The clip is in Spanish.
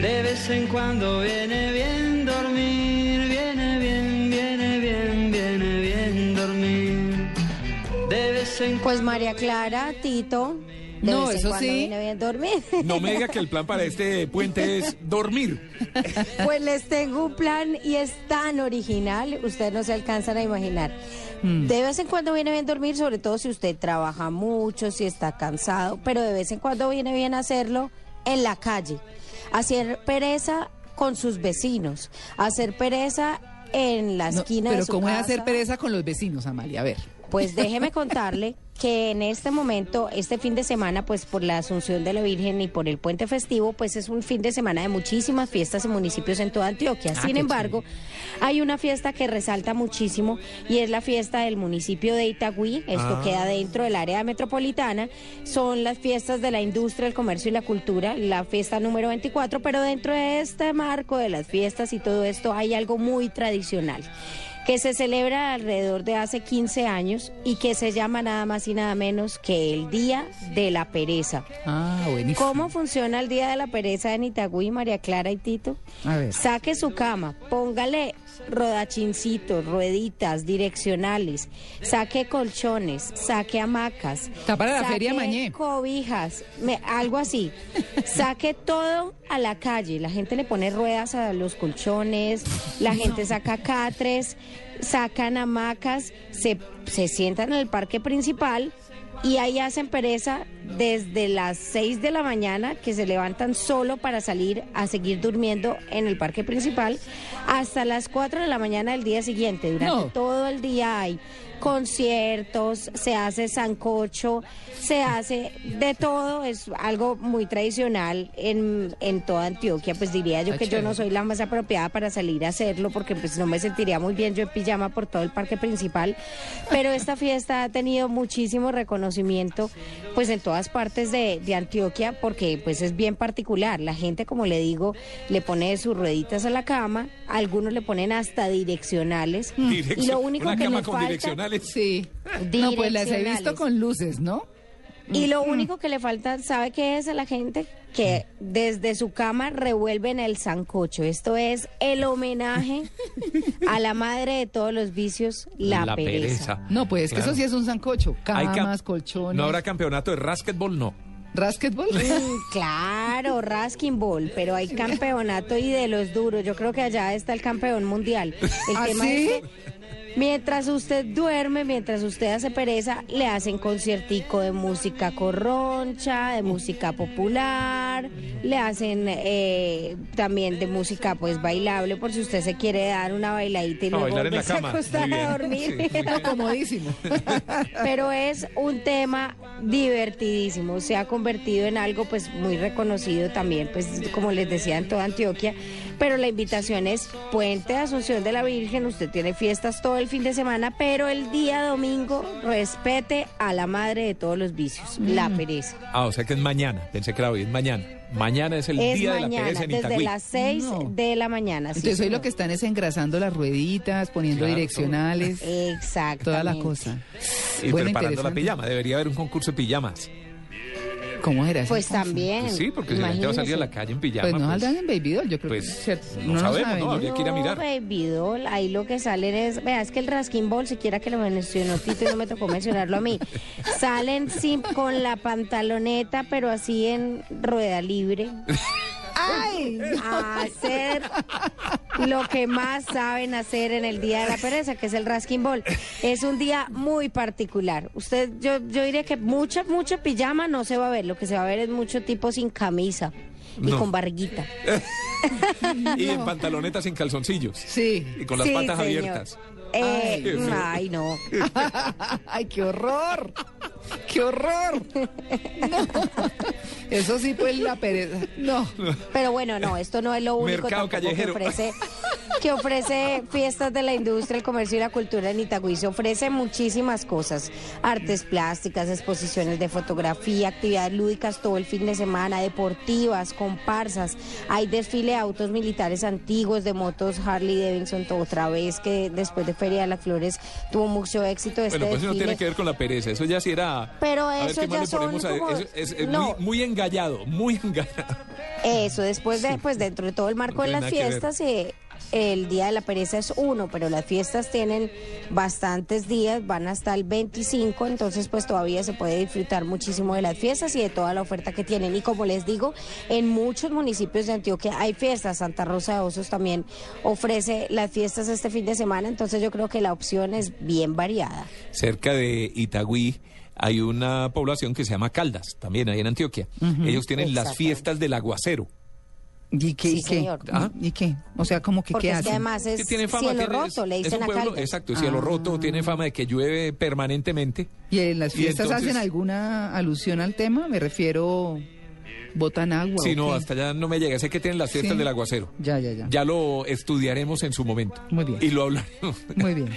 vez en cuando viene bien dormir, viene bien, viene bien, viene bien dormir. De vez en Pues María Clara, Tito. De No, vez en eso cuando sí. Viene bien dormir. No me diga que el plan para este puente es dormir. Pues les tengo un plan y es tan original, ustedes no se alcanzan a imaginar. Mm. De vez en cuando viene bien dormir, sobre todo si usted trabaja mucho, si está cansado, pero de vez en cuando viene bien hacerlo en la calle. Hacer pereza con sus vecinos, hacer pereza en la No, esquina de pero su ¿cómo es hacer casa. pereza con los vecinos, Amalia? A ver. Pues déjeme contarle que en este momento, este fin de semana, pues por la Asunción de la Virgen y por el puente festivo, pues es un fin de semana de muchísimas fiestas en municipios en toda Antioquia. Ah, Sin qué embargo, hay una fiesta que resalta muchísimo y es la fiesta del municipio de Itagüí. Esto Ah. queda dentro del área metropolitana. Son las fiestas de la industria, el comercio y la cultura, la fiesta número 24, pero dentro de este marco de las fiestas y todo esto hay algo muy tradicional que se celebra alrededor de hace 15 años y que se llama nada más y nada menos que el Día de la Pereza. Ah, buenísimo. ¿Cómo funciona el Día de la Pereza en Itagüí, María Clara y Tito? A ver. Saque su cama, póngale rodachincitos, rueditas, direccionales, saque colchones, saque hamacas. Está para la saque feria Mañé. cobijas, me- algo así. Saque todo a la calle. La gente le pone ruedas a los colchones, la gente saca catres, sacan hamacas, se, se sientan en el parque principal y ahí hacen pereza desde las 6 de la mañana, que se levantan solo para salir a seguir durmiendo en el parque principal, hasta las 4 de la mañana del día siguiente. Durante No. todo el día hay conciertos, se hace sancocho, se hace de todo, es algo muy tradicional en, en toda Antioquia, pues diría yo Está que yo no chévere. soy la más apropiada para salir a hacerlo porque pues no me sentiría muy bien yo en pijama por todo el parque principal, pero esta fiesta ha tenido muchísimo reconocimiento pues en todas partes de, de Antioquia porque pues es bien particular, la gente como le digo le pone sus rueditas a la cama, algunos le ponen hasta direccionales Mm. y Dirección- lo único una que cama nos con falta direccionales. Sí. No, pues las he visto Direccionales. con Mm. luces, ¿no? Y lo único que le falta, ¿sabe qué es a la gente? Que Mm. desde su cama revuelven el sancocho. Esto es el homenaje a la madre de todos los vicios, la, pereza. No, pues es que Claro. eso sí es un sancocho. Hay cam- Camas, colchones. No habrá campeonato de rasketball, no. ¿Rasketball? Mm, Claro, Raskin Ball, pero hay campeonato y de los duros. Yo creo que allá está el campeón mundial. El ¿Ah, tema sí? es que mientras usted duerme, mientras usted hace pereza, le hacen conciertico de música corroncha, de música popular, le hacen eh, también de música pues bailable por si usted se quiere dar una bailadita y A luego bailar en la volverse cama. a acostar Muy a bien. dormir. Sí, muy bien. Comodísimo. Pero es un tema divertidísimo, se ha convertido en algo pues muy reconocido también, pues como les decía en toda Antioquia, pero la invitación es Puente de Asunción de la Virgen, usted tiene fiestas todo el fin de semana, pero el día domingo respete a la madre de todos los vicios, la Mm. pereza. Ah, o sea que es mañana. Pensé que era hoy, es mañana. Mañana es el es día de la mañana, pereza en desde Itagüí. las 6 No. de la mañana. sí, Entonces hoy lo señor. que están es engrasando las rueditas, poniendo Claro, direccionales, Exactamente. toda la cosa. Y Bueno, preparando la interesante. pijama. Debería haber un concurso de pijamas. ¿Cómo era eso? Pues también. Pues sí, porque si la gente va a salir a la imagínese. calle en pijama. Pues no pues- saldrán en Baby Doll, yo creo pues, que ¿cierto? no sabemos, ¿no? Habría- Había que ir a mirar. No, baby doll, ahí lo que salen es, vea, es que el Raskin Ball, siquiera que lo mencionó Tito, y no me tocó mencionarlo a mí, salen sin, con la pantaloneta, pero así en rueda libre, ¡Ay! a hacer lo que más saben hacer en el Día de la Pereza, que es el Raskin Ball. Es un día muy particular. Usted, yo, yo diría que mucha, mucha pijama no se va a ver, lo que se va a ver es mucho tipo sin camisa y No. con barriguita. Y en pantalonetas sin calzoncillos. Sí. Y con las Sí, patas señor. abiertas. Eh, Ay, Dios mío. ay, no. ¡Ay, qué horror! ¡Qué horror! No. Eso sí, pues la pereza. No. Pero bueno, no, esto no es lo único Mercado tampoco que callejero. ofrece que ofrece fiestas de la industria, el comercio y la cultura en Itagüí. Se ofrece muchísimas cosas, artes plásticas, exposiciones de fotografía, actividades lúdicas todo el fin de semana, deportivas, comparsas. Hay desfile de autos militares antiguos, de motos Harley Davidson, todo otra vez que después de Feria de las Flores tuvo mucho éxito este Bueno, pues eso no desfile. tiene que ver con la pereza. Eso ya sí era. Pero a ver eso qué más ya le ponemos son a- como- eso es, es no. muy, muy engallado, muy engallado. Eso, después de, pues dentro de todo el marco No de las tiene nada que ver. fiestas, eh, el Día de la Pereza es uno, pero las fiestas tienen bastantes días, van hasta el 25, entonces pues todavía se puede disfrutar muchísimo de las fiestas y de toda la oferta que tienen. Y como les digo, en muchos municipios de Antioquia hay fiestas, Santa Rosa de Osos también ofrece las fiestas este fin de semana, entonces yo creo que la opción es bien variada. cerca de Itagüí hay una población que se llama Caldas, también ahí en Antioquia. Ellos tienen las Exactamente. fiestas del aguacero. ¿Y qué? Sí, y qué? señor. Ah. ¿Y qué? O sea, como que Porque qué es que hacen? además es que tiene fama, cielo tiene- es- roto, le es un dicen a pueblo- Caldas. Exacto, cielo Ah. roto, tiene fama de que llueve permanentemente. ¿Y en las Y fiestas entonces- hacen alguna alusión al tema? Me refiero, botan agua. Si o no, qué? hasta allá no me llega. Sé que tienen las fiestas Sí. del aguacero. Ya, ya, ya. lo estudiaremos en su momento. Muy bien. Y lo hablaremos. Muy bien.